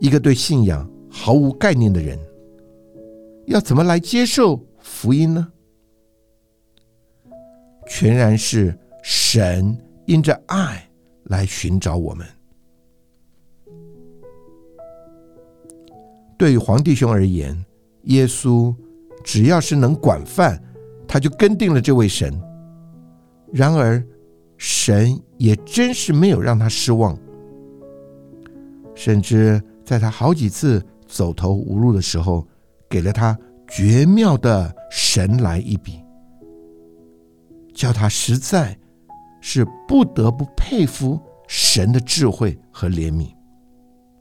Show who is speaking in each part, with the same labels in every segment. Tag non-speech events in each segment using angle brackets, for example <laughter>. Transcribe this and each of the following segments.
Speaker 1: 一个对信仰毫无概念的人，要怎么来接受福音呢？全然是神因着爱来寻找我们。对于皇弟兄而言，耶稣只要是能管饭，他就跟定了这位神。然而，神也真是没有让他失望，甚至在他好几次走投无路的时候，给了他绝妙的神来一笔，叫他实在是不得不佩服神的智慧和怜悯，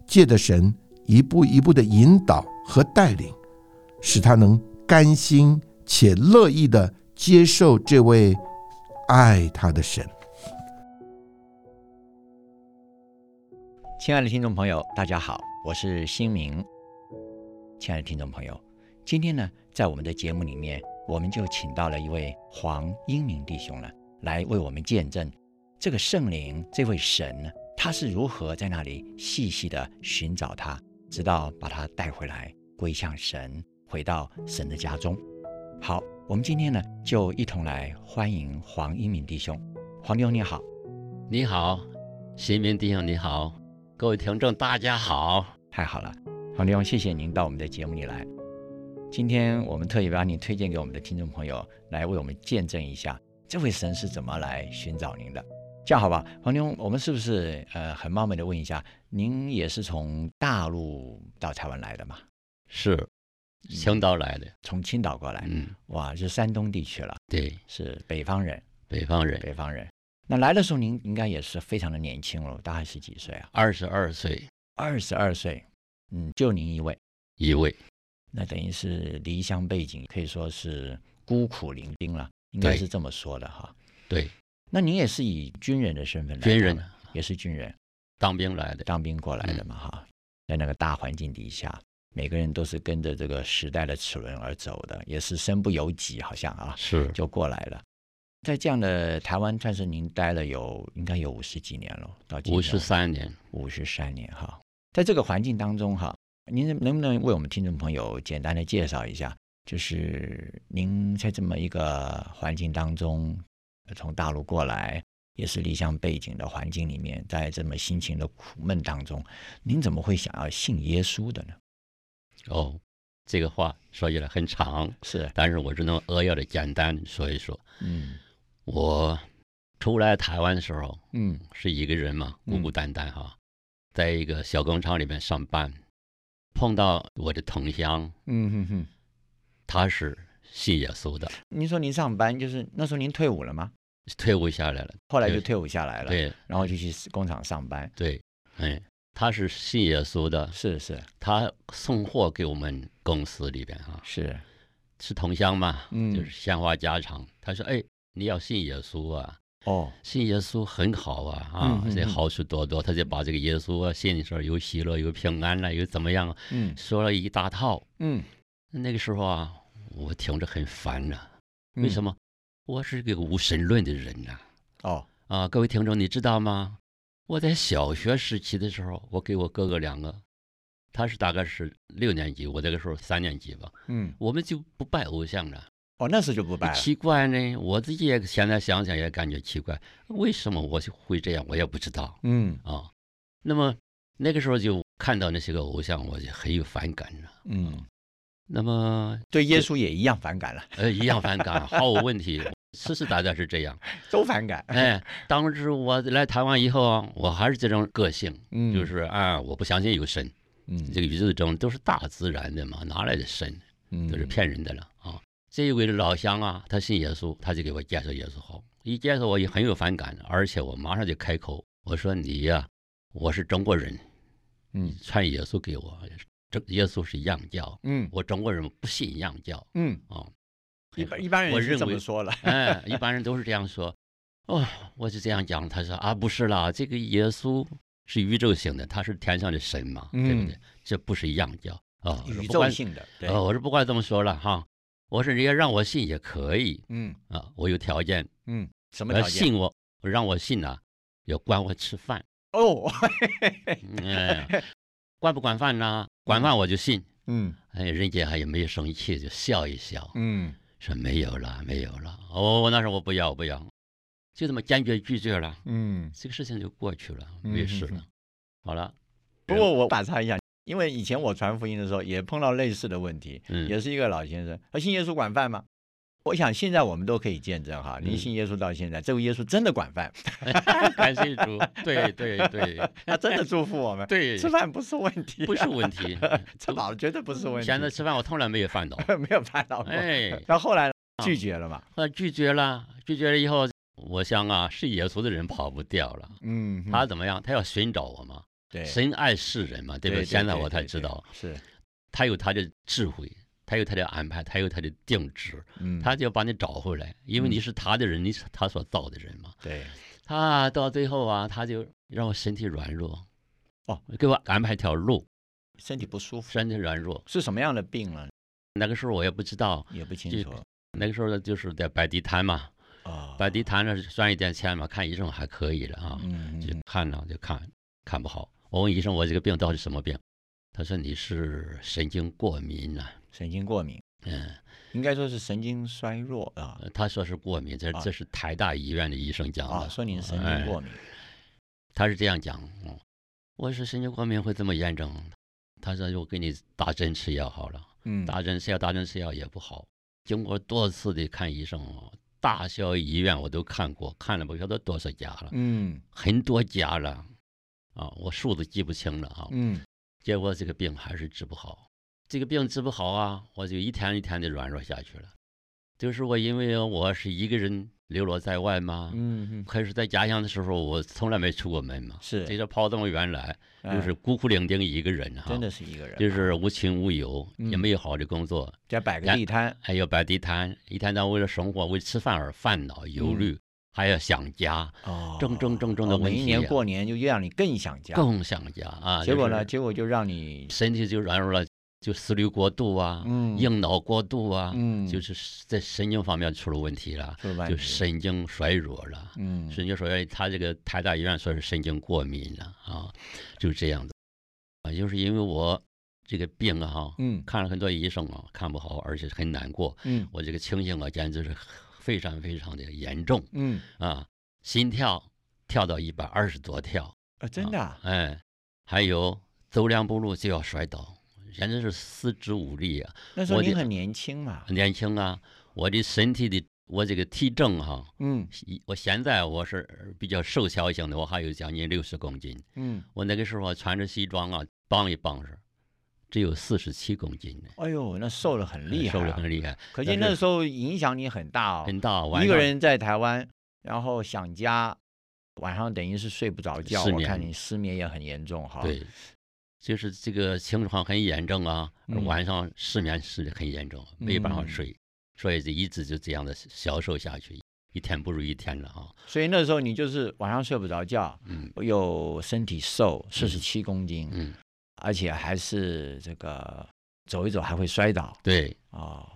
Speaker 1: 借着神。一步一步的引导和带领，使他能甘心且乐意的接受这位爱他的神。
Speaker 2: 亲爱的听众朋友，大家好，我是新明。亲爱的听众朋友，今天呢，在我们的节目里面，我们就请到了一位黄英明弟兄呢，来为我们见证这个圣灵，这位神呢，他是如何在那里细细的寻找他。直到把他带回来，归向神，回到神的家中。好，我们今天呢，就一同来欢迎黄一鸣弟兄。黄弟兄你好，
Speaker 3: 你好，新民弟兄你好，各位听众大家好。
Speaker 2: 太好了，黄弟兄，谢谢您到我们的节目里来。今天我们特意把你推荐给我们的听众朋友，来为我们见证一下这位神是怎么来寻找您的。这样好吧，黄弟兄，我们是不是呃很冒昧的问一下，您也是从大陆到台湾来的嘛？
Speaker 3: 是，青岛来的。
Speaker 2: 从青岛过来，
Speaker 3: 嗯，
Speaker 2: 哇，是山东地区了，
Speaker 3: 对，
Speaker 2: 是北方人，
Speaker 3: 北方人，
Speaker 2: 北方人。那来的时候您应该也是非常的年轻了，大概是几岁啊？
Speaker 3: 二十二岁
Speaker 2: 二十二岁，嗯，就您一位，
Speaker 3: 一位，
Speaker 2: 那等于是离乡背景，可以说是孤苦伶仃了，应该
Speaker 3: 对
Speaker 2: 是这么说的哈。
Speaker 3: 对，
Speaker 2: 那您也是以军人的身份来到的，
Speaker 3: 军人啊
Speaker 2: 也是军人，
Speaker 3: 当兵来的。
Speaker 2: 当兵过来的嘛
Speaker 3: 嗯
Speaker 2: 哈，在那个大环境底下，每个人都是跟着这个时代的齿轮而走的，也是身不由己，好像啊，
Speaker 3: 是，
Speaker 2: 就过来了。在这样的台湾，算是您待了有应该有五十几年了，到今天
Speaker 3: 五十三年。
Speaker 2: 五十三年哈。在这个环境当中哈，您能能不能为我们听众朋友简单的介绍一下，就是您在这么一个环境当中，呃从大陆过来，也是离乡背景的环境里面，在这么心情的苦闷当中，您怎么会想要信耶稣的呢？
Speaker 3: 哦，这个话说起来很长，
Speaker 2: 是，
Speaker 3: 但是我只能扼要的简单说一说。
Speaker 2: 嗯
Speaker 3: 我出来台湾的时候
Speaker 2: 嗯
Speaker 3: 是一个人嘛，
Speaker 2: 嗯
Speaker 3: 孤孤单单哈，在一个小工厂里面上班，碰到我的同乡，
Speaker 2: 嗯哼哼。
Speaker 3: 他是信耶稣的，
Speaker 2: 您说您上班就是那时候您退伍了吗？
Speaker 3: 退伍下来了。
Speaker 2: 后来就
Speaker 3: 对
Speaker 2: 退伍下来了，
Speaker 3: 对
Speaker 2: 然后就去工厂上班。
Speaker 3: 对，哎，他是信耶稣的，
Speaker 2: 是是
Speaker 3: 他送货给我们公司里边啊，
Speaker 2: 是，
Speaker 3: 是同乡嘛，
Speaker 2: 嗯
Speaker 3: 就是闲话家常。他说：“哎，你要信耶稣啊，
Speaker 2: 哦，
Speaker 3: 信耶稣很好啊，啊，
Speaker 2: 嗯嗯
Speaker 3: 这
Speaker 2: 嗯
Speaker 3: 好处多多。”他就把这个耶稣啊，信的时候有喜乐，有平安了、有怎么样啊，
Speaker 2: 嗯
Speaker 3: 说了一大套。
Speaker 2: 嗯，
Speaker 3: 那个时候啊，我听着很烦呐、为
Speaker 2: 嗯
Speaker 3: 什么？我是个无神论的人呐、
Speaker 2: 哦，
Speaker 3: 啊，各位听众，你知道吗？我在小学时期的时候，我给我哥哥两个，他是大概是六年级，我那个时候三年级吧，
Speaker 2: 嗯，
Speaker 3: 我们就不拜偶像了。
Speaker 2: 哦，那时候就不拜了。
Speaker 3: 奇怪呢，我自己也现在想想也感觉奇怪，为什么我就会这样，我也不知道
Speaker 2: 嗯
Speaker 3: 啊。那么那个时候就看到那些个偶像，我就很有反感了。
Speaker 2: 嗯，
Speaker 3: 那么
Speaker 2: 对耶稣也一样反感了，
Speaker 3: 呃，一样反感，毫无问题，实实在在是这样。
Speaker 2: 都反感。
Speaker 3: 哎，当时我来台湾以后啊，我还是这种个性，
Speaker 2: 嗯
Speaker 3: 就是啊，我不相信有神，
Speaker 2: 嗯
Speaker 3: 这个宇宙中都是大自然的嘛，哪来的神，
Speaker 2: 嗯
Speaker 3: 都是骗人的了啊。这一位老乡啊，他信耶稣，他就给我介绍耶稣好，一介绍我也很有反感，而且我马上就开口，我说你呀、我是中国人，
Speaker 2: 嗯
Speaker 3: 传耶稣给我，这耶稣是洋教，
Speaker 2: 嗯
Speaker 3: 我中国人不信洋教
Speaker 2: 嗯，
Speaker 3: 啊。
Speaker 2: 一般一般人
Speaker 3: 我
Speaker 2: 也是
Speaker 3: 认
Speaker 2: 这么
Speaker 3: 为
Speaker 2: 说了。
Speaker 3: <laughs> 哎，一般人都是这样说。哦，我就这样讲，他说啊，不是啦，这个耶稣是宇宙性的，他是天上的神嘛，对不对？这不是样教啊。我说
Speaker 2: 嗯宇
Speaker 3: 不
Speaker 2: 宙
Speaker 3: 管
Speaker 2: 性的，对，
Speaker 3: 呃，我是不管怎么说了哈，我说人家让我信也可以
Speaker 2: 嗯
Speaker 3: 啊，我有条件，
Speaker 2: 嗯，什么
Speaker 3: 要
Speaker 2: 条件？
Speaker 3: 信我，让我信呐，要管我吃饭，
Speaker 2: 哦， <laughs>
Speaker 3: 嗯哎，管不管饭呢？管饭我就信。
Speaker 2: 嗯
Speaker 3: 哎，人家还也没有生气，就笑一笑，
Speaker 2: 嗯
Speaker 3: 说没有了，没有了。哦，我那时候我不要，我不要，就这么坚决拒绝了。
Speaker 2: 嗯。
Speaker 3: 这个事情就过去了，
Speaker 2: 嗯
Speaker 3: 没事
Speaker 2: 嗯
Speaker 3: 了。好了，
Speaker 2: 不过我打岔一下，因为以前我传福音的时候也碰到类似的问题，
Speaker 3: 嗯
Speaker 2: 也是一个老先生，他信耶稣管饭吗？我想现在我们都可以见证哈，
Speaker 3: 嗯
Speaker 2: 您信耶稣到现在，这位耶稣真的管饭，
Speaker 3: <laughs> 感谢主，对对对
Speaker 2: 他真的 <laughs> 祝福我们，
Speaker 3: 对，
Speaker 2: 吃饭不是问题，。
Speaker 3: 不是问题
Speaker 2: 吃饱了绝对不 <laughs> 是问题，
Speaker 3: 闲着吃饭我从来没有烦恼。
Speaker 2: 没有烦恼过。
Speaker 3: 哎，
Speaker 2: 那后来拒绝了嘛？
Speaker 3: 他拒绝了，拒绝了以后，我想啊，是耶稣的人跑不掉了。
Speaker 2: 嗯，
Speaker 3: 他怎么样？他要寻找我嘛？
Speaker 2: 对
Speaker 3: 神爱世人嘛，对不对？现在我才知道，
Speaker 2: 是，
Speaker 3: 他有他的智慧，他有他的安排，他有他的定制，
Speaker 2: 嗯，
Speaker 3: 他就要把你找回来，因为
Speaker 2: 嗯
Speaker 3: 你是他的人，你是他所造的人嘛。
Speaker 2: 对
Speaker 3: 他到最后啊，他就让我身体软弱，
Speaker 2: 哦，
Speaker 3: 给我安排一条路，
Speaker 2: 身体不舒服，
Speaker 3: 身体软弱。
Speaker 2: 是什么样的病了
Speaker 3: 那个时候我也不知道，
Speaker 2: 也不清楚
Speaker 3: 那个时候就是在摆地摊嘛，
Speaker 2: 啊。
Speaker 3: 摆地摊那是赚一点钱嘛，看医生还可以了啊，
Speaker 2: 嗯，
Speaker 3: 就
Speaker 2: 嗯
Speaker 3: 看了就看，看不好。我问医生我这个病到底什么病？他说你是神经过敏呐、
Speaker 2: 神经过敏。
Speaker 3: 嗯，
Speaker 2: 应该说是神经衰弱啊
Speaker 3: 呃他说是过敏，这
Speaker 2: 啊
Speaker 3: 这是台大医院的医生讲的，
Speaker 2: 啊，说你是神经过
Speaker 3: 哎
Speaker 2: 敏，
Speaker 3: 他是这样讲。嗯我说神经过敏会这么严重？他说我给你打针吃药好了。
Speaker 2: 嗯
Speaker 3: 打针吃药，打针吃药也不好。经过多次的看医生啊，大小医院我都看过，看了不晓得多少家了，
Speaker 2: 嗯
Speaker 3: 很多家了，啊，我数字记不清了啊。
Speaker 2: 嗯
Speaker 3: 结果这个病还是治不好，这个病治不好啊，我就一天一天的软弱下去了。就是我因为我是一个人流落在外嘛，
Speaker 2: 嗯嗯，
Speaker 3: 开始在家乡的时候，我从来没出过门嘛，
Speaker 2: 是
Speaker 3: 这就跑到原来，
Speaker 2: 哎
Speaker 3: 就是孤苦伶仃一个人哈、
Speaker 2: 真的是一个人，
Speaker 3: 就是无亲无友，
Speaker 2: 嗯
Speaker 3: 也没有好的工作，
Speaker 2: 再摆个地摊，
Speaker 3: 还有摆地摊，一天到晚为了生活、为吃饭而烦恼忧
Speaker 2: 嗯
Speaker 3: 虑，还要想家，
Speaker 2: 哦
Speaker 3: 种种种种的
Speaker 2: 哦
Speaker 3: 问
Speaker 2: 每
Speaker 3: 题
Speaker 2: 一
Speaker 3: 呀
Speaker 2: 年过年就让你更想家，
Speaker 3: 更想家啊。
Speaker 2: 结果
Speaker 3: 就
Speaker 2: 呢，
Speaker 3: 是
Speaker 2: 结果就让你
Speaker 3: 身体就软弱了，就思虑过度啊，
Speaker 2: 嗯
Speaker 3: 硬脑过度啊，
Speaker 2: 嗯
Speaker 3: 就是在神经方面出了问题了，
Speaker 2: 出了问
Speaker 3: 就
Speaker 2: 题
Speaker 3: 神经衰弱了。
Speaker 2: 嗯
Speaker 3: 神经衰弱，他这个台大医院说是神经过敏了啊，就这样子啊，就是因为我这个病啊，
Speaker 2: 嗯
Speaker 3: 看了很多医生啊，看不好，而且很难过，
Speaker 2: 嗯
Speaker 3: 我这个情形啊，简直是非常非常的严重
Speaker 2: 嗯
Speaker 3: 啊！心跳跳到一百二十多跳，
Speaker 2: 啊，真的啊
Speaker 3: 啊哎，还有走两步路就要摔倒，简直是四肢无力啊！
Speaker 2: 那时候
Speaker 3: 我的
Speaker 2: 你很年轻嘛，
Speaker 3: 年轻啊，我的身体的我这个体啊重哈、
Speaker 2: 嗯
Speaker 3: 一我现在我是比较瘦小型的，我还有将近六十公斤。
Speaker 2: 嗯，
Speaker 3: 我那个时候穿着西装啊，磅一磅是只有四十七公斤呢，
Speaker 2: 哎呦，那瘦了很厉害
Speaker 3: 瘦
Speaker 2: 啊，
Speaker 3: 了很厉害，
Speaker 2: 可见
Speaker 3: 但
Speaker 2: 那
Speaker 3: 是
Speaker 2: 时候影响你很大哦，
Speaker 3: 很大。晚
Speaker 2: 一个
Speaker 3: 上
Speaker 2: 人在台湾，然后想家，晚上等于是睡不着觉，
Speaker 3: 呃失
Speaker 2: 我
Speaker 3: 眠
Speaker 2: 看你失眠也很严重哈。
Speaker 3: 对，就是这个情况很严重啊，而
Speaker 2: 嗯
Speaker 3: 晚上失眠是很严重，啊没有办法
Speaker 2: 嗯
Speaker 3: 睡，所以就一直就这样的消瘦下去，一天不如一天了啊。
Speaker 2: 所以那时候你就是晚上睡不着觉，
Speaker 3: 嗯
Speaker 2: 又身体瘦，四十七公斤，
Speaker 3: 嗯，
Speaker 2: 而且还是这个走一走还会摔倒
Speaker 3: 对，
Speaker 2: 哦。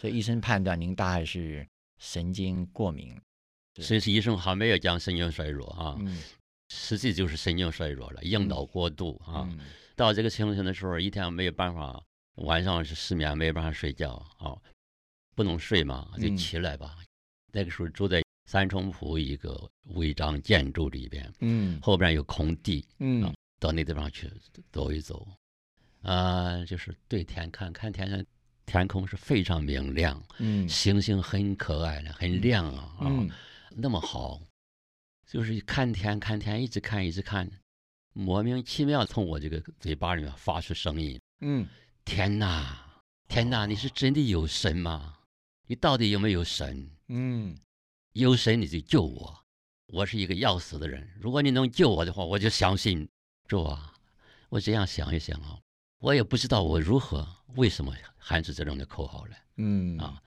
Speaker 2: 所以医生判断您大概是神经过敏。对
Speaker 3: 所以是医生还没有讲神经衰弱啊，
Speaker 2: 嗯
Speaker 3: 实际就是神经衰弱了，硬脑过度啊。
Speaker 2: 嗯
Speaker 3: 到这个情形的时候，一天没有办法，晚上是失眠，没有办法睡觉啊，不能睡嘛，就
Speaker 2: 嗯
Speaker 3: 起来吧。那个时候住在三重埔一个违章建筑里边，
Speaker 2: 嗯
Speaker 3: 后边有空地，
Speaker 2: 嗯
Speaker 3: 到那地方去走一走，啊、就是对天看看天上，天空是非常明亮，
Speaker 2: 嗯
Speaker 3: 星星很可爱的，很亮啊，啊
Speaker 2: 嗯
Speaker 3: 那么好，就是一看天看天，一直看一直看，莫名其妙从我这个嘴巴里面发出声音
Speaker 2: 嗯：“
Speaker 3: 天哪，天哪，你是真的有神吗？你到底有没有神？
Speaker 2: 嗯
Speaker 3: 有神你就救我，我是一个要死的人，如果你能救我的话，我就相信。主啊，我这样想一想啊，我也不知道我如何为什么喊出这种的口号来。”
Speaker 2: 嗯
Speaker 3: 啊。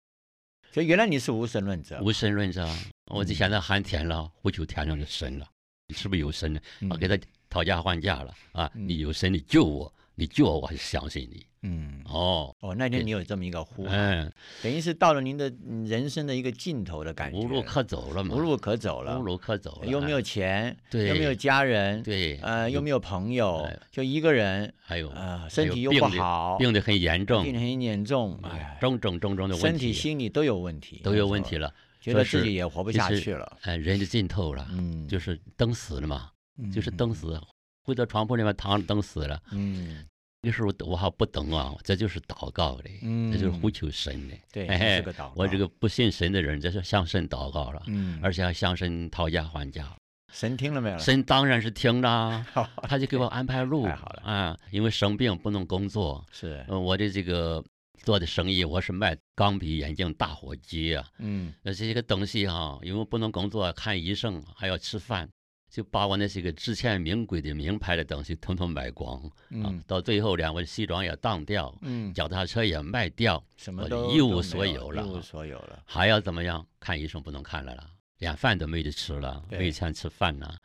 Speaker 2: 所以原来你是无神论者，
Speaker 3: 无神论者，我
Speaker 2: 嗯
Speaker 3: 就现在喊天了，呼求天上的神了，你是不是有神呢？我给他讨价还价了啊！
Speaker 2: 嗯
Speaker 3: 你有神，你救我，你救我，我还是相信你。
Speaker 2: 嗯，
Speaker 3: 哦，
Speaker 2: 哦，那天
Speaker 3: 对
Speaker 2: 你有这么一个呼喊，
Speaker 3: 嗯，
Speaker 2: 等于是到了您的嗯人生的一个尽头的感觉，
Speaker 3: 无路可走了嘛，
Speaker 2: 无路可走了，
Speaker 3: 无路可走了，
Speaker 2: 又没有
Speaker 3: 哎
Speaker 2: 钱，
Speaker 3: 对
Speaker 2: 又没有家人，，
Speaker 3: 对，
Speaker 2: 呃，又没有朋友
Speaker 3: 哎，
Speaker 2: 就一个人，
Speaker 3: 还有
Speaker 2: 呃，身体又
Speaker 3: 还有
Speaker 2: 不
Speaker 3: 病得
Speaker 2: 好，
Speaker 3: 病得很严重
Speaker 2: 病，得很严重，哎，
Speaker 3: 种种种种的问
Speaker 2: 身体、
Speaker 3: 题
Speaker 2: 心理都有问题，
Speaker 3: 都有问题
Speaker 2: 了，
Speaker 3: 了，
Speaker 2: 觉得
Speaker 3: 说是
Speaker 2: 自己也活不下去了，
Speaker 3: 哎，人就尽头了，
Speaker 2: 嗯，
Speaker 3: 就是等死了嘛，就是
Speaker 2: 嗯
Speaker 3: 等，死，回到床铺里面躺着等死了。
Speaker 2: 嗯，
Speaker 3: 那时候我还不懂啊，这就是祷告的，
Speaker 2: 嗯
Speaker 3: 这就是呼求神的。
Speaker 2: 对
Speaker 3: 嘿
Speaker 2: 这
Speaker 3: 嘿
Speaker 2: 是个祷告
Speaker 3: 我这个不信神的人，这是向神祷告了，
Speaker 2: 嗯，
Speaker 3: 而且要向神讨价还价。
Speaker 2: 神听了没有？，
Speaker 3: 神当然是听了
Speaker 2: 好
Speaker 3: 他就给我安排路
Speaker 2: 太好了
Speaker 3: 啊，因为生病不能工作，
Speaker 2: 是，
Speaker 3: 呃，我的这个做的生意，我是卖钢笔眼镜打火机啊，
Speaker 2: 嗯
Speaker 3: 那这些个东西哈、因为不能工作，看医生还要吃饭，就把我那些个之前名贵的名牌的东西统统买光啊
Speaker 2: 嗯，
Speaker 3: 到最后呢，我的西装也当掉，
Speaker 2: 嗯，
Speaker 3: 脚踏车也卖掉，
Speaker 2: 什么
Speaker 3: 我
Speaker 2: 都
Speaker 3: 一
Speaker 2: 都
Speaker 3: 无
Speaker 2: 没
Speaker 3: 所有了
Speaker 2: 一无
Speaker 3: 啊
Speaker 2: 所有了，
Speaker 3: 还要怎么样？看医生不能看了啦，连饭都没得吃了，
Speaker 2: 对
Speaker 3: 没钱吃饭了。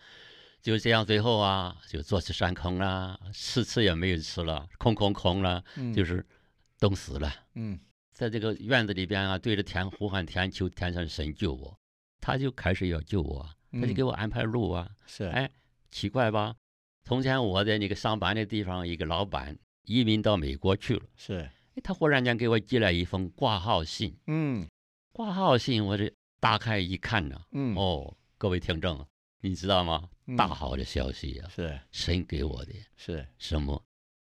Speaker 3: 就这样，最后啊，就坐吃山空啦，吃吃也没有吃了，空空空了，
Speaker 2: 嗯
Speaker 3: 就是冻死了。
Speaker 2: 嗯
Speaker 3: 在这个院子里边啊，对着天呼喊天求天上神救我，他就开始要救我啊，他就
Speaker 2: 嗯
Speaker 3: 给我安排路啊。
Speaker 2: 是，
Speaker 3: 哎，奇怪吧？从前我在那个上班的地方，一个老板移民到美国去了，
Speaker 2: 是，
Speaker 3: 哎他忽然间给我寄来一封挂号信。
Speaker 2: 嗯
Speaker 3: 挂号信我这打开一看呢，
Speaker 2: 嗯
Speaker 3: 哦，各位听众，你知道吗？
Speaker 2: 嗯
Speaker 3: 大好的消息啊，
Speaker 2: 是
Speaker 3: 神给我的
Speaker 2: 是，
Speaker 3: 什么？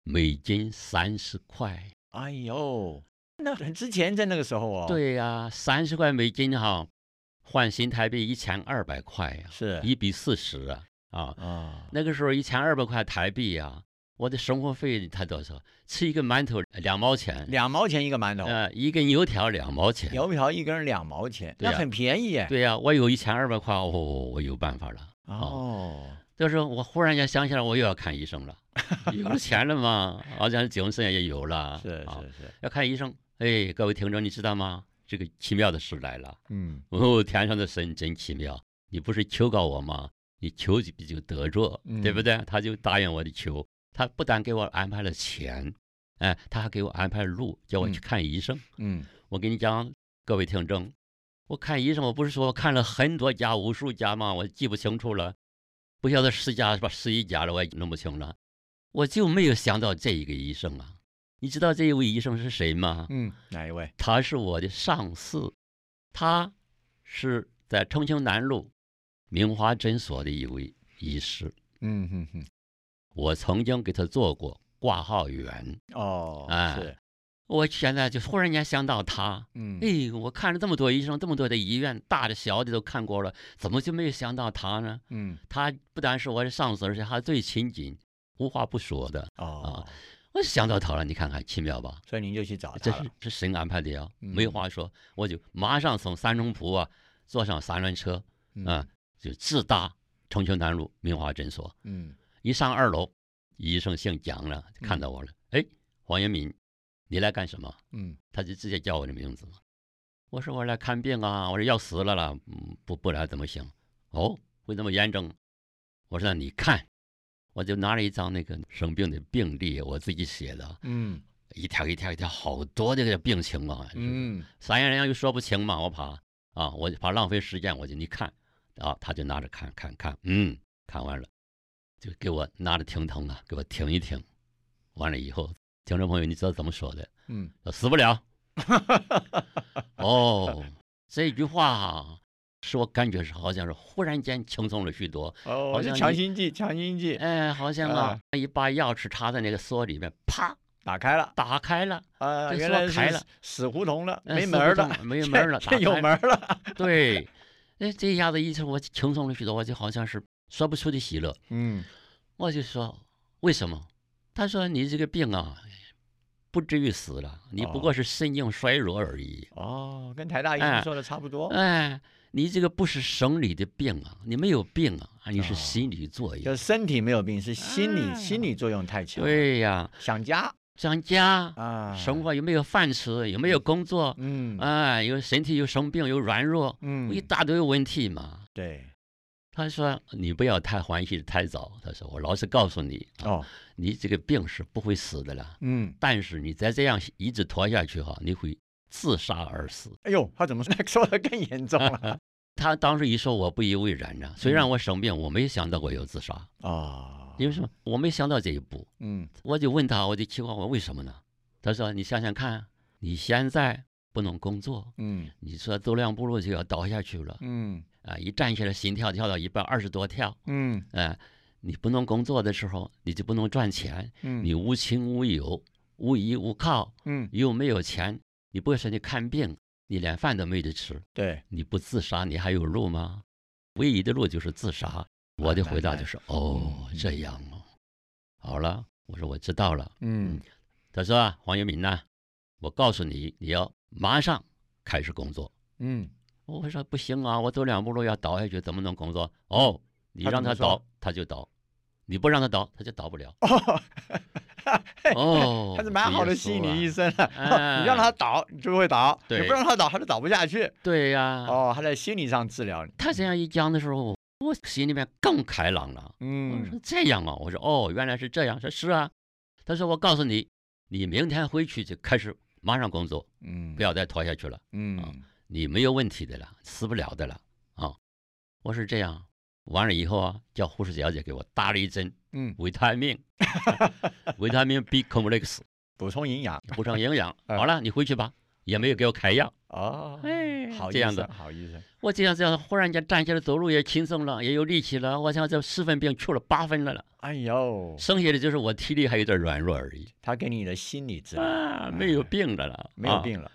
Speaker 3: 美金三十块。
Speaker 2: 哎呦，那很之前在那个时候哦，，
Speaker 3: 对呀、三十块美金哈、换新台币一千二百块呀、
Speaker 2: 是
Speaker 3: 一比四十啊啊！
Speaker 2: 啊，
Speaker 3: 那个时候一千二百块台币呀、我的生活费才多少？吃一个馒头两毛钱，
Speaker 2: 两毛钱一个馒头，
Speaker 3: 呃一根油条两毛钱。
Speaker 2: 油条一根两毛钱，
Speaker 3: 对
Speaker 2: 那
Speaker 3: 呀
Speaker 2: 很便宜耶。
Speaker 3: 对呀、我有一千二百块，哦，我有办法了。
Speaker 2: 哦，
Speaker 3: 就是我忽然间想起来，我又要看医生了，有了钱了嘛，好像精神也有了，
Speaker 2: 是
Speaker 3: 啊
Speaker 2: 是是，
Speaker 3: 要看医生。哎，各位听众，你知道吗？这个奇妙的事来了。
Speaker 2: 嗯
Speaker 3: 哦，天上的神真奇妙！你不是求告我吗？你求就就得着，对不
Speaker 2: 嗯
Speaker 3: 对？他就答应我的求，他不但给我安排了钱，哎，他还给我安排路，叫我去
Speaker 2: 嗯
Speaker 3: 看医生。
Speaker 2: 嗯
Speaker 3: 我跟你讲，各位听众，我看医生，我不是说我看了很多家、无数家吗？我记不清楚了，不晓得十家是吧？十一家了，我也弄不清了。我就没有想到这一个医生啊！你知道这一位医生是谁吗？
Speaker 2: 嗯，哪一位？
Speaker 3: 他是我的上司，他是在重庆南路明华诊所的一位医师，
Speaker 2: 嗯哼哼，
Speaker 3: 我曾经给他做过挂号员。
Speaker 2: 哦，
Speaker 3: 哎
Speaker 2: 是，
Speaker 3: 我现在就忽然间想到他，
Speaker 2: 嗯，
Speaker 3: 哎，我看了这么多医生，这么多的医院，大的小的都看过了，怎么就没有想到他呢？
Speaker 2: 嗯，
Speaker 3: 他不但是我的上司，而且还最亲近，无话不说的。
Speaker 2: 哦，
Speaker 3: 我想到他了，你看看奇妙吧？
Speaker 2: 所以您就去找
Speaker 3: 这
Speaker 2: 他
Speaker 3: 是
Speaker 2: 了。
Speaker 3: 是神安排的呀，
Speaker 2: 嗯
Speaker 3: 没话说，我就马上从三中铺啊坐上三轮车
Speaker 2: 嗯
Speaker 3: 啊、就直达重庆南路明华诊所。
Speaker 2: 嗯，
Speaker 3: 一上二楼，医生姓蒋了，
Speaker 2: 嗯
Speaker 3: 看到我了，哎，黄延敏，你来干什么？
Speaker 2: 嗯
Speaker 3: 他就直接叫我的名字嘛。我说我来看病啊，我说要死了啦，嗯不不来怎么行？哦，会这么严重？我说那你看，我就拿了一张那个生病的病历，我自己写的，
Speaker 2: 嗯
Speaker 3: 一条一条一条好多这个病情啊，就是
Speaker 2: 嗯，
Speaker 3: 三言两语说不清嘛，我怕啊，我就怕浪费时间，我就你看啊，他就拿着看看看，嗯，看完了就给我拿着听筒啊，给我听一听，完了以后，听众朋友，你知道怎么说的？
Speaker 2: 嗯，
Speaker 3: 死不了。哦，这句话啊使我感觉是好像是忽然间轻松了许多，
Speaker 2: 哦，
Speaker 3: 好
Speaker 2: 是
Speaker 3: 像
Speaker 2: 强
Speaker 3: 你
Speaker 2: 心剂，强心剂
Speaker 3: 哎，好像啊一把钥匙插在那个锁里面，啪
Speaker 2: 打开了
Speaker 3: 打开了。
Speaker 2: 啊，
Speaker 3: 这
Speaker 2: 原
Speaker 3: 说
Speaker 2: 来
Speaker 3: 开
Speaker 2: 是
Speaker 3: 了
Speaker 2: 死胡同了，
Speaker 3: 嗯
Speaker 2: 没
Speaker 3: 死
Speaker 2: 门儿
Speaker 3: 胡
Speaker 2: 了，
Speaker 3: 同没门儿
Speaker 2: <laughs>
Speaker 3: 了
Speaker 2: 这
Speaker 3: 打
Speaker 2: 有
Speaker 3: 开
Speaker 2: 门儿了。
Speaker 3: 对，那这一下子一下我轻松了许多，我就好像是说不出的喜乐。
Speaker 2: 嗯，
Speaker 3: 我就说为什么？他说你这个病啊，不至于死了，你不过是神经衰弱而已。
Speaker 2: 哦，跟台大医生
Speaker 3: 哎
Speaker 2: 说的差不多，
Speaker 3: 哎，你这个不是生理的病啊，你没有病啊，啊你是
Speaker 2: 哦
Speaker 3: 心理作
Speaker 2: 就
Speaker 3: 用。
Speaker 2: 是身体没有病，是心理
Speaker 3: 啊
Speaker 2: 心理作用太强，，
Speaker 3: 对呀、
Speaker 2: 想家
Speaker 3: 想家，
Speaker 2: 啊，
Speaker 3: 生，活有没有饭吃，有没有工作，哎
Speaker 2: 嗯
Speaker 3: 哎，有身体有生病，有软弱，
Speaker 2: 嗯
Speaker 3: 一，大堆问题嘛。
Speaker 2: 对，
Speaker 3: 他说你不要太欢喜太早，他说我老实告诉你，
Speaker 2: 哦，
Speaker 3: 你这个病是不会死的了，
Speaker 2: 嗯，
Speaker 3: 但是你再这样一直拖下去哈，你会自杀而死。
Speaker 2: 哎呦，他怎么说 <laughs> 的更严重了？
Speaker 3: 他当时一说，我不以为然呢。
Speaker 2: 嗯
Speaker 3: 虽然我生病，我没想到过有自杀，
Speaker 2: 啊，
Speaker 3: 因为什么？我没想到这一步。
Speaker 2: 嗯
Speaker 3: 我就问他，我就奇怪我为什么呢？他说：“你想想看，啊你现在不能工作，
Speaker 2: 嗯
Speaker 3: 你说走两步路就要倒下去了
Speaker 2: 嗯
Speaker 3: 啊！一站起来，心跳跳到一百二十多跳，
Speaker 2: 嗯
Speaker 3: 哎、你不能工作的时候，你就不能赚钱，
Speaker 2: 嗯
Speaker 3: 你无亲无友，无依无靠，
Speaker 2: 嗯，
Speaker 3: 又没有钱，你不会说你看病，你连饭都没得吃，
Speaker 2: 对，
Speaker 3: 你不自杀，你还有路吗？唯一的路就是自杀。”我
Speaker 2: 啊
Speaker 3: 的回答就是：“
Speaker 2: 嗯
Speaker 3: 哦，这样哦，好了，我说我知道了。”
Speaker 2: 嗯
Speaker 3: 他说啊，黄永明呐，我告诉你，你要马上开始工作。
Speaker 2: 嗯，
Speaker 3: 我会说不行啊，我走两步路要倒下去，怎么能工作？哦，你让
Speaker 2: 他
Speaker 3: 他
Speaker 2: 怎么说。
Speaker 3: 倒，他就倒；你不让他倒，他就倒不了
Speaker 2: <laughs> 哦，
Speaker 3: 哦，
Speaker 2: 他是蛮好的吸引你医
Speaker 3: 意思。
Speaker 2: 生了。
Speaker 3: 哎
Speaker 2: <laughs> 你让他倒，你就会倒；
Speaker 3: 对
Speaker 2: 你不让他倒，他就倒不下去。
Speaker 3: 啊对呀、
Speaker 2: 哦，他在心理上治疗你。
Speaker 3: 他这样一讲的时候，我心里面更开朗了。我
Speaker 2: 嗯
Speaker 3: 说这样啊，我说哦，原来是这样。说是啊，他说我告诉你，你明天回去就开始马上工作，
Speaker 2: 嗯，
Speaker 3: 不要再拖下去了。
Speaker 2: 嗯
Speaker 3: 你没有问题的了，死不了的了啊！我是这样，完了以后啊，叫护士小姐给我打了一针
Speaker 2: 嗯，
Speaker 3: 维
Speaker 2: <laughs>
Speaker 3: 他命，维他命 B complex
Speaker 2: 补充营养
Speaker 3: 补充营
Speaker 2: <laughs>
Speaker 3: 养。
Speaker 2: 啊
Speaker 3: 好了，你回去吧，也没有给我开药。
Speaker 2: 哦，
Speaker 3: 哎
Speaker 2: 好啊
Speaker 3: 这样
Speaker 2: 医生
Speaker 3: 的
Speaker 2: 好医生。
Speaker 3: 我这样这样，忽然间站起来走路也轻松了，也有力气了。我想这十分病去了八分了了，
Speaker 2: 哎呦，
Speaker 3: 剩下的就是我体力还有点软弱而已
Speaker 2: 他给你的心理治疗
Speaker 3: 啊，没有病的了，
Speaker 2: 没有
Speaker 3: 啊。
Speaker 2: 病了。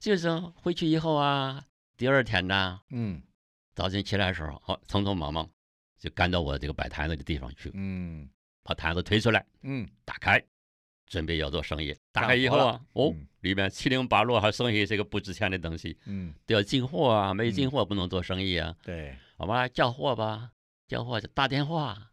Speaker 3: 就是回去以后啊，第二天呢，
Speaker 2: 嗯
Speaker 3: 早晨起来的时候，好匆匆忙忙就赶到我这个摆摊子的地方去，
Speaker 2: 嗯
Speaker 3: 把摊子推出来，
Speaker 2: 嗯，
Speaker 3: 打开，准备要做生意。打
Speaker 2: 干
Speaker 3: 开以
Speaker 2: 活
Speaker 3: 后啊，哦
Speaker 2: 嗯，
Speaker 3: 里面七零八落还剩下一些个不值钱的东西，
Speaker 2: 嗯，
Speaker 3: 都要进货啊，没
Speaker 2: 嗯
Speaker 3: 进货不能做生意啊。
Speaker 2: 对，
Speaker 3: 我们叫货吧，叫货就打电话，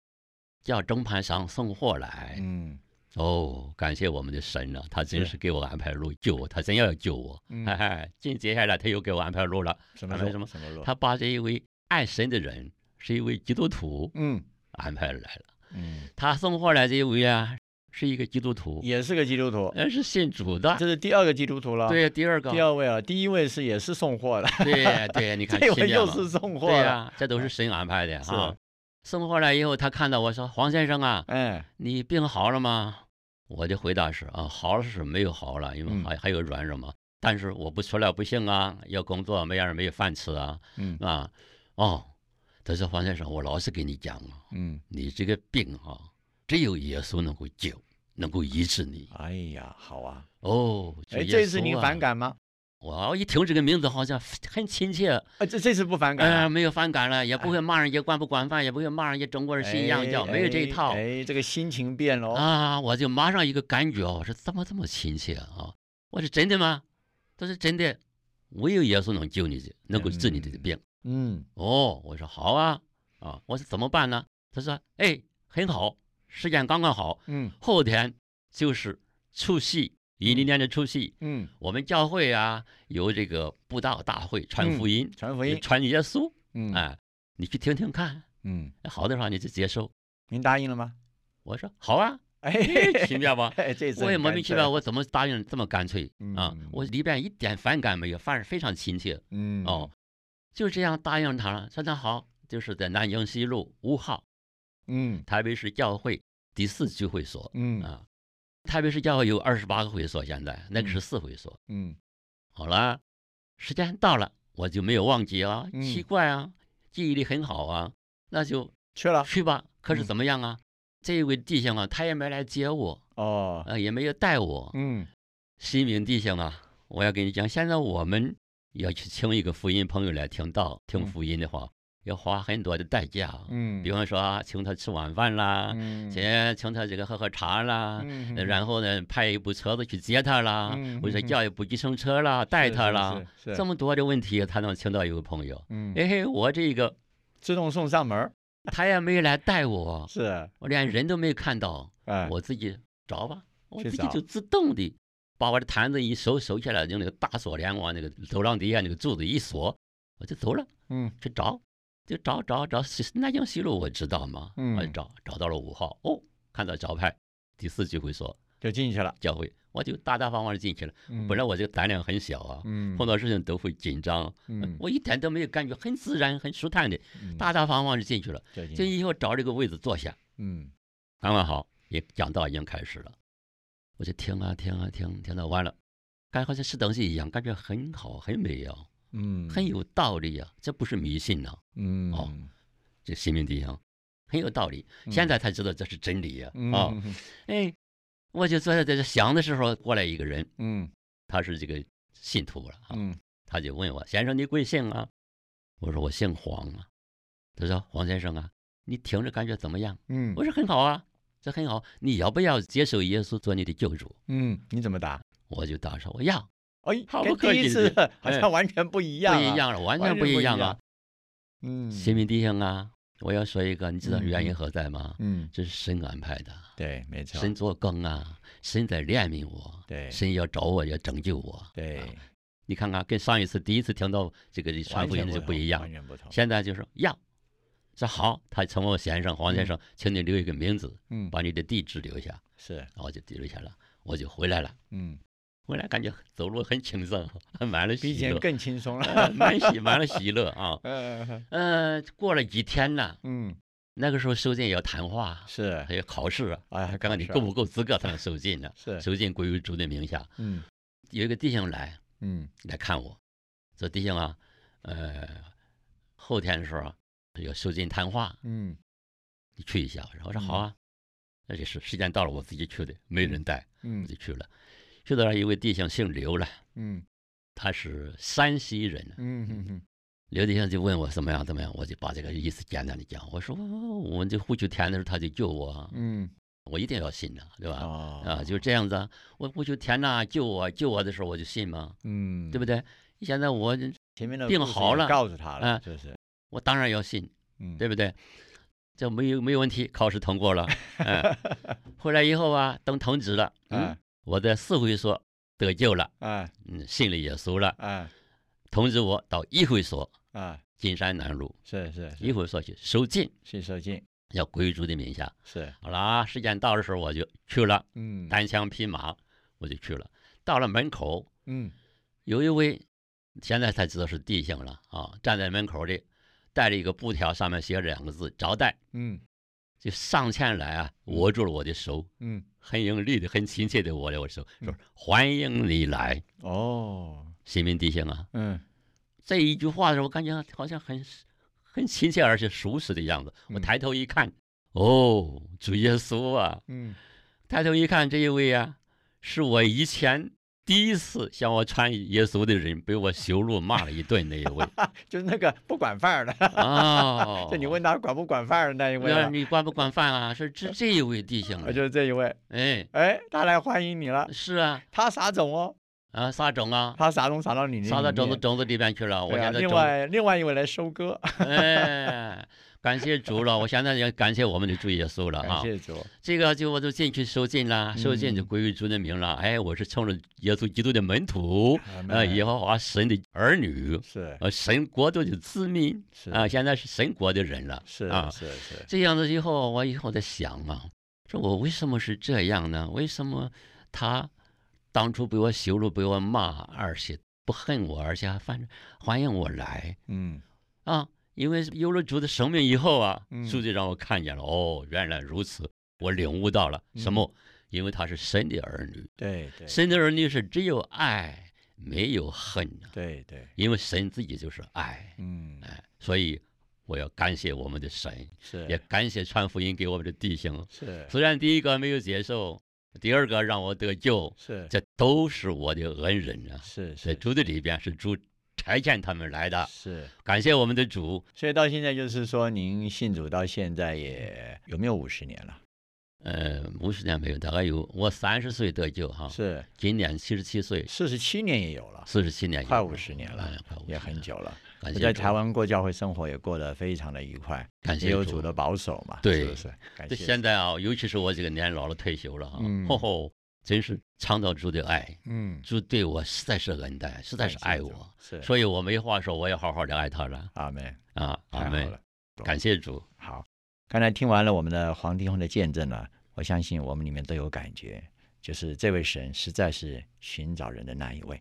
Speaker 3: 叫中盘商送货来。
Speaker 2: 嗯
Speaker 3: 哦，感谢我们的神啊，他真
Speaker 2: 是
Speaker 3: 是给我安排路，救我，他真要救我。
Speaker 2: 嗯
Speaker 3: 嗨嗨，进接下来他又给我安排路了。
Speaker 2: 什么
Speaker 3: 安排
Speaker 2: 路
Speaker 3: 哎什么
Speaker 2: 什么路？
Speaker 3: 他把这一位爱神的人，是一位基督徒，
Speaker 2: 嗯
Speaker 3: 安排来了。
Speaker 2: 嗯，
Speaker 3: 他送货来这一位啊，是一个基督徒，
Speaker 2: 也是个基督徒，
Speaker 3: 呃，是信主的。
Speaker 2: <laughs> 这是第二个基督徒了。。
Speaker 3: 对，第二个
Speaker 2: 第，二位了，第一位是也是送货的，
Speaker 3: 对
Speaker 2: <laughs>
Speaker 3: 对，你看
Speaker 2: 这
Speaker 3: 奇
Speaker 2: 位
Speaker 3: 妙
Speaker 2: 又
Speaker 3: 了
Speaker 2: 是送货
Speaker 3: 对呀、
Speaker 2: 了，哎
Speaker 3: 这都是神安排的
Speaker 2: 是
Speaker 3: 啊。送货来以后，他看到我说：“黄先生啊，
Speaker 2: 哎，
Speaker 3: 你病好了吗？”我的回答是：“啊，好了是没有好了，因
Speaker 2: 嗯
Speaker 3: 为还还有软弱嘛。但是我不出来不行啊，要工作，没让人没有饭吃啊
Speaker 2: 嗯
Speaker 3: 啊。”哦，他说：“黄先生，我老实跟你讲啊，
Speaker 2: 嗯，
Speaker 3: 你这个病啊，只有耶稣能够救，能够医治你。”
Speaker 2: 哎呀，好啊，
Speaker 3: 哦，
Speaker 2: 哎，
Speaker 3: 主
Speaker 2: 这
Speaker 3: 耶
Speaker 2: 次
Speaker 3: 稣
Speaker 2: 您
Speaker 3: 啊
Speaker 2: 反？感吗？
Speaker 3: 我一听这个名字好像很亲切，
Speaker 2: 啊，这这次不反感
Speaker 3: 哎，
Speaker 2: 啊，
Speaker 3: 没有反感了，也不会骂人家管不管饭，也不会骂人家中国人信
Speaker 2: 哎
Speaker 3: 洋教，没有这
Speaker 2: 哎
Speaker 3: 一套
Speaker 2: 哎，这个心情变了哦，
Speaker 3: 啊！我就马上一个感觉，我说怎么这么亲切啊？我说真的吗？他说真的，唯有耶稣能救你的，能够治你的
Speaker 2: 嗯
Speaker 3: 病。
Speaker 2: 嗯，
Speaker 3: 哦，我说好啊，啊，我说怎么办呢？他说，哎，很好，时间刚刚好，
Speaker 2: 嗯
Speaker 3: 后天就是除夕，一零年的除夕。
Speaker 2: 嗯，
Speaker 3: 我们教会啊，有这个布道大会，传福音，
Speaker 2: 传福音
Speaker 3: 就，传耶稣，
Speaker 2: 嗯
Speaker 3: 哎，你去听听看，
Speaker 2: 嗯，
Speaker 3: 好的话你就接受。
Speaker 2: 您答应了吗？
Speaker 3: 我说好
Speaker 2: <laughs>
Speaker 3: 啊， <laughs>
Speaker 2: 哎，？
Speaker 3: 奇妙吧
Speaker 2: 哎， <laughs> 这次
Speaker 3: 我也
Speaker 2: 很
Speaker 3: 莫
Speaker 2: 干
Speaker 3: 名其
Speaker 2: 脆
Speaker 3: 妙，，我怎么答应这么干脆啊
Speaker 2: 嗯？
Speaker 3: 我里边一点反感没有，反而非常亲切
Speaker 2: 嗯，
Speaker 3: 哦，，就这样答应他了。说那好，就是在南京西路五号
Speaker 2: 嗯
Speaker 3: 台北市教会第四聚会所
Speaker 2: 嗯
Speaker 3: 啊。台北市教会有二十八个会所，现在那
Speaker 2: 嗯
Speaker 3: 个是四会所，
Speaker 2: 嗯
Speaker 3: 好了，时间到了，我就没有忘记啊，
Speaker 2: 嗯
Speaker 3: 奇怪啊，记忆力很好啊，那就
Speaker 2: 去了，
Speaker 3: 去吧。可
Speaker 2: 嗯
Speaker 3: 是怎么样啊？这位弟兄啊，他也没来接我，
Speaker 2: 哦，
Speaker 3: 呃，也没有带我。
Speaker 2: 嗯
Speaker 3: 新民弟兄啊，我要跟你讲，现在我们要去请一个福音朋友来听道、听
Speaker 2: 嗯
Speaker 3: 福音的话，要花很多的代价，
Speaker 2: 嗯，
Speaker 3: 比方说啊请他吃晚饭啦，
Speaker 2: 嗯
Speaker 3: 请请他这个喝喝茶啦，
Speaker 2: 嗯
Speaker 3: 呃然后呢，派一部车子去接他啦，
Speaker 2: 嗯
Speaker 3: 或者
Speaker 2: 嗯
Speaker 3: 叫一部计程车啦，带他啦，，
Speaker 2: 是是是
Speaker 3: 这
Speaker 2: 是
Speaker 3: 么多的问题，他能请到一个朋友。
Speaker 2: 嗯，
Speaker 3: 哎嘿，我这个
Speaker 2: 自动送上门儿，
Speaker 3: 他也没来带我，
Speaker 2: 是，
Speaker 3: 我连人都没看到，
Speaker 2: 嗯哎，
Speaker 3: 哦我自己找吧，我
Speaker 2: 去
Speaker 3: 自己
Speaker 2: 找
Speaker 3: 就自动的把我的坛子一收收起啊来，用那个大锁链往那个走廊底下那个柱子一锁，我就走了
Speaker 2: 嗯
Speaker 3: 去找。就找找找，西南京西路我知道嘛，
Speaker 2: 嗯
Speaker 3: 我就找找到了五号，哦，看到招牌，第四聚会所
Speaker 2: 就进去了。
Speaker 3: 教会，我就大大方方的进去了。本来我这个胆量很小啊，
Speaker 2: 嗯
Speaker 3: 碰到事情都会紧张，
Speaker 2: 嗯
Speaker 3: 我一点都没有感觉，很自然、很舒坦的，大大方方的进去了。
Speaker 2: 就
Speaker 3: 嗯进去以后找了一个位置坐下，
Speaker 2: 嗯
Speaker 3: 刚刚好，也讲道已经开始了，我就听啊听啊听，听到完了，感觉好像吃东西一样，感觉很好，很美啊，
Speaker 2: 嗯
Speaker 3: 很有道理啊，这不是迷信呐、
Speaker 2: 嗯
Speaker 3: 哦这新民弟兄很有道理，现在才知道这是真理呀、啊！
Speaker 2: 哦
Speaker 3: 哎，我就坐在这想的时候，过来一个人，
Speaker 2: 嗯
Speaker 3: 他是这个信徒了啊，
Speaker 2: 嗯
Speaker 3: 他就问我：“先生，你贵姓啊？”我说：“我姓黄啊。”他说：“黄先生啊，你听着感觉怎么样？”
Speaker 2: 嗯
Speaker 3: 我说：“很好啊，这很好。你要不要接受耶稣做你的救主
Speaker 2: 嗯，你怎么答？？”
Speaker 3: 我就答说：“我要。
Speaker 2: 哎，
Speaker 3: 好
Speaker 2: 跟
Speaker 3: 不客
Speaker 2: 第一
Speaker 3: 气
Speaker 2: 次
Speaker 3: 的
Speaker 2: 好像完全不一”
Speaker 3: 不
Speaker 2: 样，啊
Speaker 3: 一，样了，完全不一样啊！
Speaker 2: 嗯，
Speaker 3: 新民弟兄啊，我要说一个，你知道
Speaker 2: 嗯
Speaker 3: 原因何在吗？
Speaker 2: 嗯，
Speaker 3: 这是神安排的。
Speaker 2: 对，没错，
Speaker 3: 神做工啊，神在怜悯我，
Speaker 2: 对
Speaker 3: 神要找我，要拯救我。啊
Speaker 2: 对，
Speaker 3: 你看看，跟上一次第一次听到这个传
Speaker 2: 完
Speaker 3: 福音
Speaker 2: 全
Speaker 3: 的就不
Speaker 2: 同
Speaker 3: 一样
Speaker 2: 完。全不同，
Speaker 3: 现在就是要，说好，他成为我先生黄先生，请你留一个名字，
Speaker 2: 嗯，
Speaker 3: 把你的地址留下，
Speaker 2: 是，
Speaker 3: 然后我就留下了，我就回来了。
Speaker 2: 嗯，
Speaker 3: 回来感觉走路很轻松， <laughs> 满了
Speaker 2: 比以
Speaker 3: 喜
Speaker 2: 前
Speaker 3: 乐，
Speaker 2: 更轻松了，。
Speaker 3: 呃满喜满了喜乐啊
Speaker 2: <laughs> 嗯
Speaker 3: 呃，过了几天呢，
Speaker 2: 嗯，
Speaker 3: 那个时候收件要谈话，
Speaker 2: 是
Speaker 3: 还有考试啊，
Speaker 2: 哎还
Speaker 3: 看看
Speaker 2: 考
Speaker 3: 你
Speaker 2: 试
Speaker 3: 够
Speaker 2: 啊。
Speaker 3: 不够资格才能收进呢
Speaker 2: <laughs> 是，
Speaker 3: 收进归于主的名下。
Speaker 2: 嗯
Speaker 3: 有一个弟兄来
Speaker 2: 嗯
Speaker 3: 来看我，说弟兄啊，呃，后天的时候啊有收金谈话，
Speaker 2: 嗯
Speaker 3: 你去一下。然后我说好啊，那也是时间到了，我自己去的，没人带，我
Speaker 2: 嗯
Speaker 3: 就去了。去到那儿有位弟兄姓刘了， <laughs>
Speaker 2: 嗯
Speaker 3: 他是山西人。啊
Speaker 2: 嗯嗯嗯
Speaker 3: 刘弟兄就问我怎么样怎么样，我就把这个意思简单的讲。我说我们这呼求天的时候他就救我啊，
Speaker 2: 嗯，
Speaker 3: 我一定要信呐，对吧？
Speaker 2: 哦
Speaker 3: 啊，就是这样子啊，我呼求天呐救我救我的时候我就信嘛，
Speaker 2: 嗯，
Speaker 3: 对不对？现在我
Speaker 2: 前面的
Speaker 3: 病
Speaker 2: 故事
Speaker 3: 好
Speaker 2: 也
Speaker 3: 了
Speaker 2: 告诉他了，
Speaker 3: 啊
Speaker 2: 就是，
Speaker 3: 我当然要信，
Speaker 2: 嗯，
Speaker 3: 对不对？这没有没有问题，考试通过了。
Speaker 2: <laughs>
Speaker 3: 嗯，回来以后啊，等通知了，嗯
Speaker 2: 啊，
Speaker 3: 我在四会所得救了，
Speaker 2: 啊
Speaker 3: 嗯，信了耶稣了。
Speaker 2: 啊
Speaker 3: 通知我到一会所，
Speaker 2: 啊，
Speaker 3: 金山南路
Speaker 2: 是是是
Speaker 3: 一会所去收禁，
Speaker 2: 是受尽，
Speaker 3: 要归主的名下。
Speaker 2: 是，
Speaker 3: 好啦，时间到的时候我就去了，
Speaker 2: 嗯
Speaker 3: 单枪匹马我就去了。到了门口，
Speaker 2: 嗯
Speaker 3: 有一位，现在才知道是弟兄了啊，站在门口的，带着一个布条，上面写着两个字“招待”。
Speaker 2: 嗯
Speaker 3: 就上前来啊，握住了我的手，
Speaker 2: 嗯，
Speaker 3: 很用力的、很亲切的握了我的手，
Speaker 2: 嗯
Speaker 3: 说：“欢迎你来，
Speaker 2: 哦，
Speaker 3: 新民弟兄啊
Speaker 2: 嗯！”
Speaker 3: 这一句话的时候，我感觉好像很 <laughs> 很亲切而且熟识的样子。
Speaker 2: 嗯
Speaker 3: 我抬头一看，哦，主耶稣啊！
Speaker 2: 嗯
Speaker 3: 抬头一看，这一位啊，是我以前第一次向我传耶稣的人，被我羞辱骂了一顿那一
Speaker 2: <laughs>
Speaker 3: 位
Speaker 2: 就是那个不管饭儿的，，
Speaker 3: 哦
Speaker 2: <laughs> 就你问他管不管饭儿的那一位
Speaker 3: 我说
Speaker 2: 啊，
Speaker 3: 你管不管饭啊？是这这一位弟兄啊
Speaker 2: 我，就是这一位，
Speaker 3: 哎，
Speaker 2: 哎，他来欢迎你了，
Speaker 3: 是啊，
Speaker 2: 他撒种哦，
Speaker 3: 啊，撒种啊，
Speaker 2: 他撒种撒到你那里面，
Speaker 3: 撒到种子种子里边去了。我
Speaker 2: 对啊，
Speaker 3: 现在
Speaker 2: 另
Speaker 3: 种，啊
Speaker 2: 外另外一位来收割，
Speaker 3: 哎，感谢主了。我现在也感谢我们的主耶稣了
Speaker 2: <laughs> <laughs> 感
Speaker 3: 啊。
Speaker 2: 谢主，
Speaker 3: 这个就我就进去受浸了，受浸就
Speaker 2: 嗯
Speaker 3: 归于主的名了。哎，我是冲着耶稣基督的门徒，
Speaker 2: 啊
Speaker 3: 呃，耶和华神的儿女，
Speaker 2: 是
Speaker 3: 呃，神国度的子民
Speaker 2: 是
Speaker 3: 啊，现在是神国的人了。
Speaker 2: 是
Speaker 3: 啊，
Speaker 2: 是是，
Speaker 3: 这样子以后，我以后在想啊，说我为什么是这样呢？为什么他当初被我羞辱、被我骂，而且不恨我，而且还反欢迎我来
Speaker 2: 嗯
Speaker 3: 啊？因为有了主的生命以后啊
Speaker 2: 嗯，
Speaker 3: 主就让我看见了，哦，原来如此，我领悟到了什么？因为他是神的儿女，
Speaker 2: 对嗯对
Speaker 3: 神的儿女是只有爱没有恨啊，
Speaker 2: 对对，
Speaker 3: 因为神自己就是爱，
Speaker 2: 嗯
Speaker 3: 哎，所以我要感谢我们的神，
Speaker 2: 是
Speaker 3: 也感谢传福音给我们的弟兄。
Speaker 2: 是
Speaker 3: 虽然第一个没有接受，第二个让我得救，
Speaker 2: 是
Speaker 3: 这都是我的恩人啊！
Speaker 2: 是
Speaker 3: 在
Speaker 2: 是
Speaker 3: 主的里边是主差遣他们来的，
Speaker 2: 是，
Speaker 3: 感谢我们的主。
Speaker 2: 所以到现在就是说，您信主到现在也有没有五十年了？
Speaker 3: 呃，五十年没有，大概有我三十岁得救哈，
Speaker 2: 是
Speaker 3: 今年七十七岁，
Speaker 2: 四十七年也有了，
Speaker 3: 哦四十七年，
Speaker 2: 快50年了
Speaker 3: 哎快50
Speaker 2: 也很
Speaker 3: 年了。
Speaker 2: 久了。
Speaker 3: 感
Speaker 2: 我
Speaker 3: 谢
Speaker 2: 在
Speaker 3: 主
Speaker 2: 台，湾过教会生活也过得非常的愉快，
Speaker 3: 感谢
Speaker 2: 也有主的保守嘛，
Speaker 3: 对
Speaker 2: 是不是？感
Speaker 3: 这
Speaker 2: 谢
Speaker 3: 现在啊，尤其是我这个年老了退休了哈，
Speaker 2: 嗯
Speaker 3: 吼吼，真是尝到主的爱，
Speaker 2: 嗯，
Speaker 3: 主对我实在是恩待，实在是爱我，，
Speaker 2: 是，
Speaker 3: 所以我没话说，我要好好的爱他了
Speaker 2: 阿门，
Speaker 3: 啊！阿
Speaker 2: 太好
Speaker 3: 门
Speaker 2: 了。，
Speaker 3: 感谢主，
Speaker 2: 好，刚才听完了我们的黄帝虹的见证呢，我相信我们里面都有感觉，就是这位神实在是寻找人的那一位。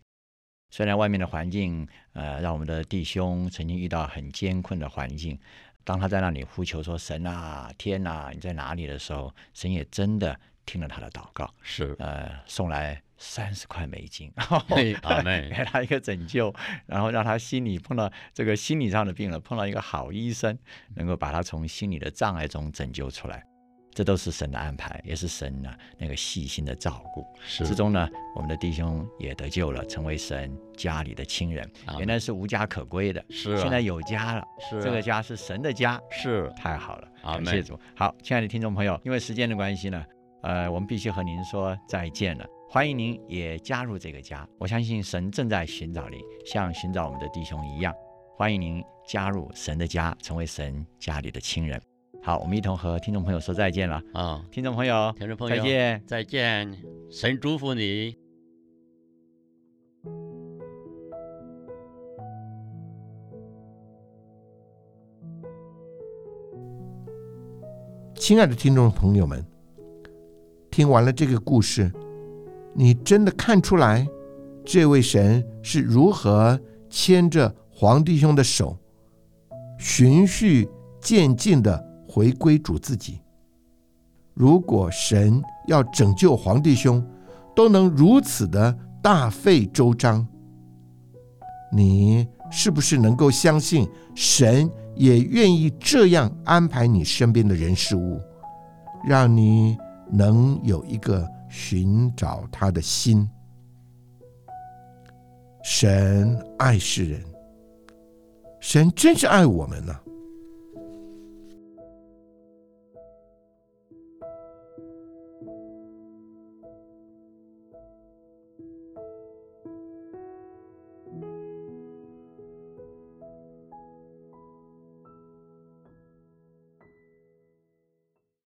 Speaker 2: 虽然外面的环境，呃，让我们的弟兄曾经遇到很艰困的环境，当他在那里呼求说：“神啊，天啊，你在哪里？”的时候，神也真的听了他的祷告，
Speaker 3: 是
Speaker 2: 呃，送来三十块美
Speaker 3: <laughs>
Speaker 2: 金，哦啊
Speaker 3: 嘿阿妹
Speaker 2: 给他一个拯救，然后让他心里碰到这个心理上的病了，碰到一个好医生，能够把他从心理的障碍中拯救出来，这都是神的安排，也是神呢、啊那个细心的照顾。
Speaker 3: 是
Speaker 2: 之中呢，我们的弟兄也得救了，成为神家里的亲人，
Speaker 3: 阿
Speaker 2: 原
Speaker 3: 门
Speaker 2: 来是无家可归的，
Speaker 3: 是啊
Speaker 2: 现在有家了，
Speaker 3: 是啊
Speaker 2: 这个家是神的家，
Speaker 3: 是
Speaker 2: 太好了，
Speaker 3: 阿
Speaker 2: 感
Speaker 3: 门
Speaker 2: 谢主。好，亲爱的听众朋友，因为时间的关系呢，呃，我们必须和您说再见了。欢迎您也加入这个家，我相信神正在寻找您，像寻找我们的弟兄一样。欢迎您加入神的家，成为神家里的亲人。好，我们一同和听众朋友说再见了。
Speaker 3: 啊，
Speaker 2: 听众朋友，
Speaker 3: 听众朋友
Speaker 2: 再见。
Speaker 3: 再见，神祝福你。
Speaker 1: 亲爱的听众朋友们，听完了这个故事，你真的看出来这位神是如何牵着皇帝兄的手，循序渐进的回归主自己。如果神要拯救皇帝兄，都能如此的大费周章，你是不是能够相信神也愿意这样安排你身边的人事物，让你能有一个寻找他的心。神爱世人，神真是爱我们呐、啊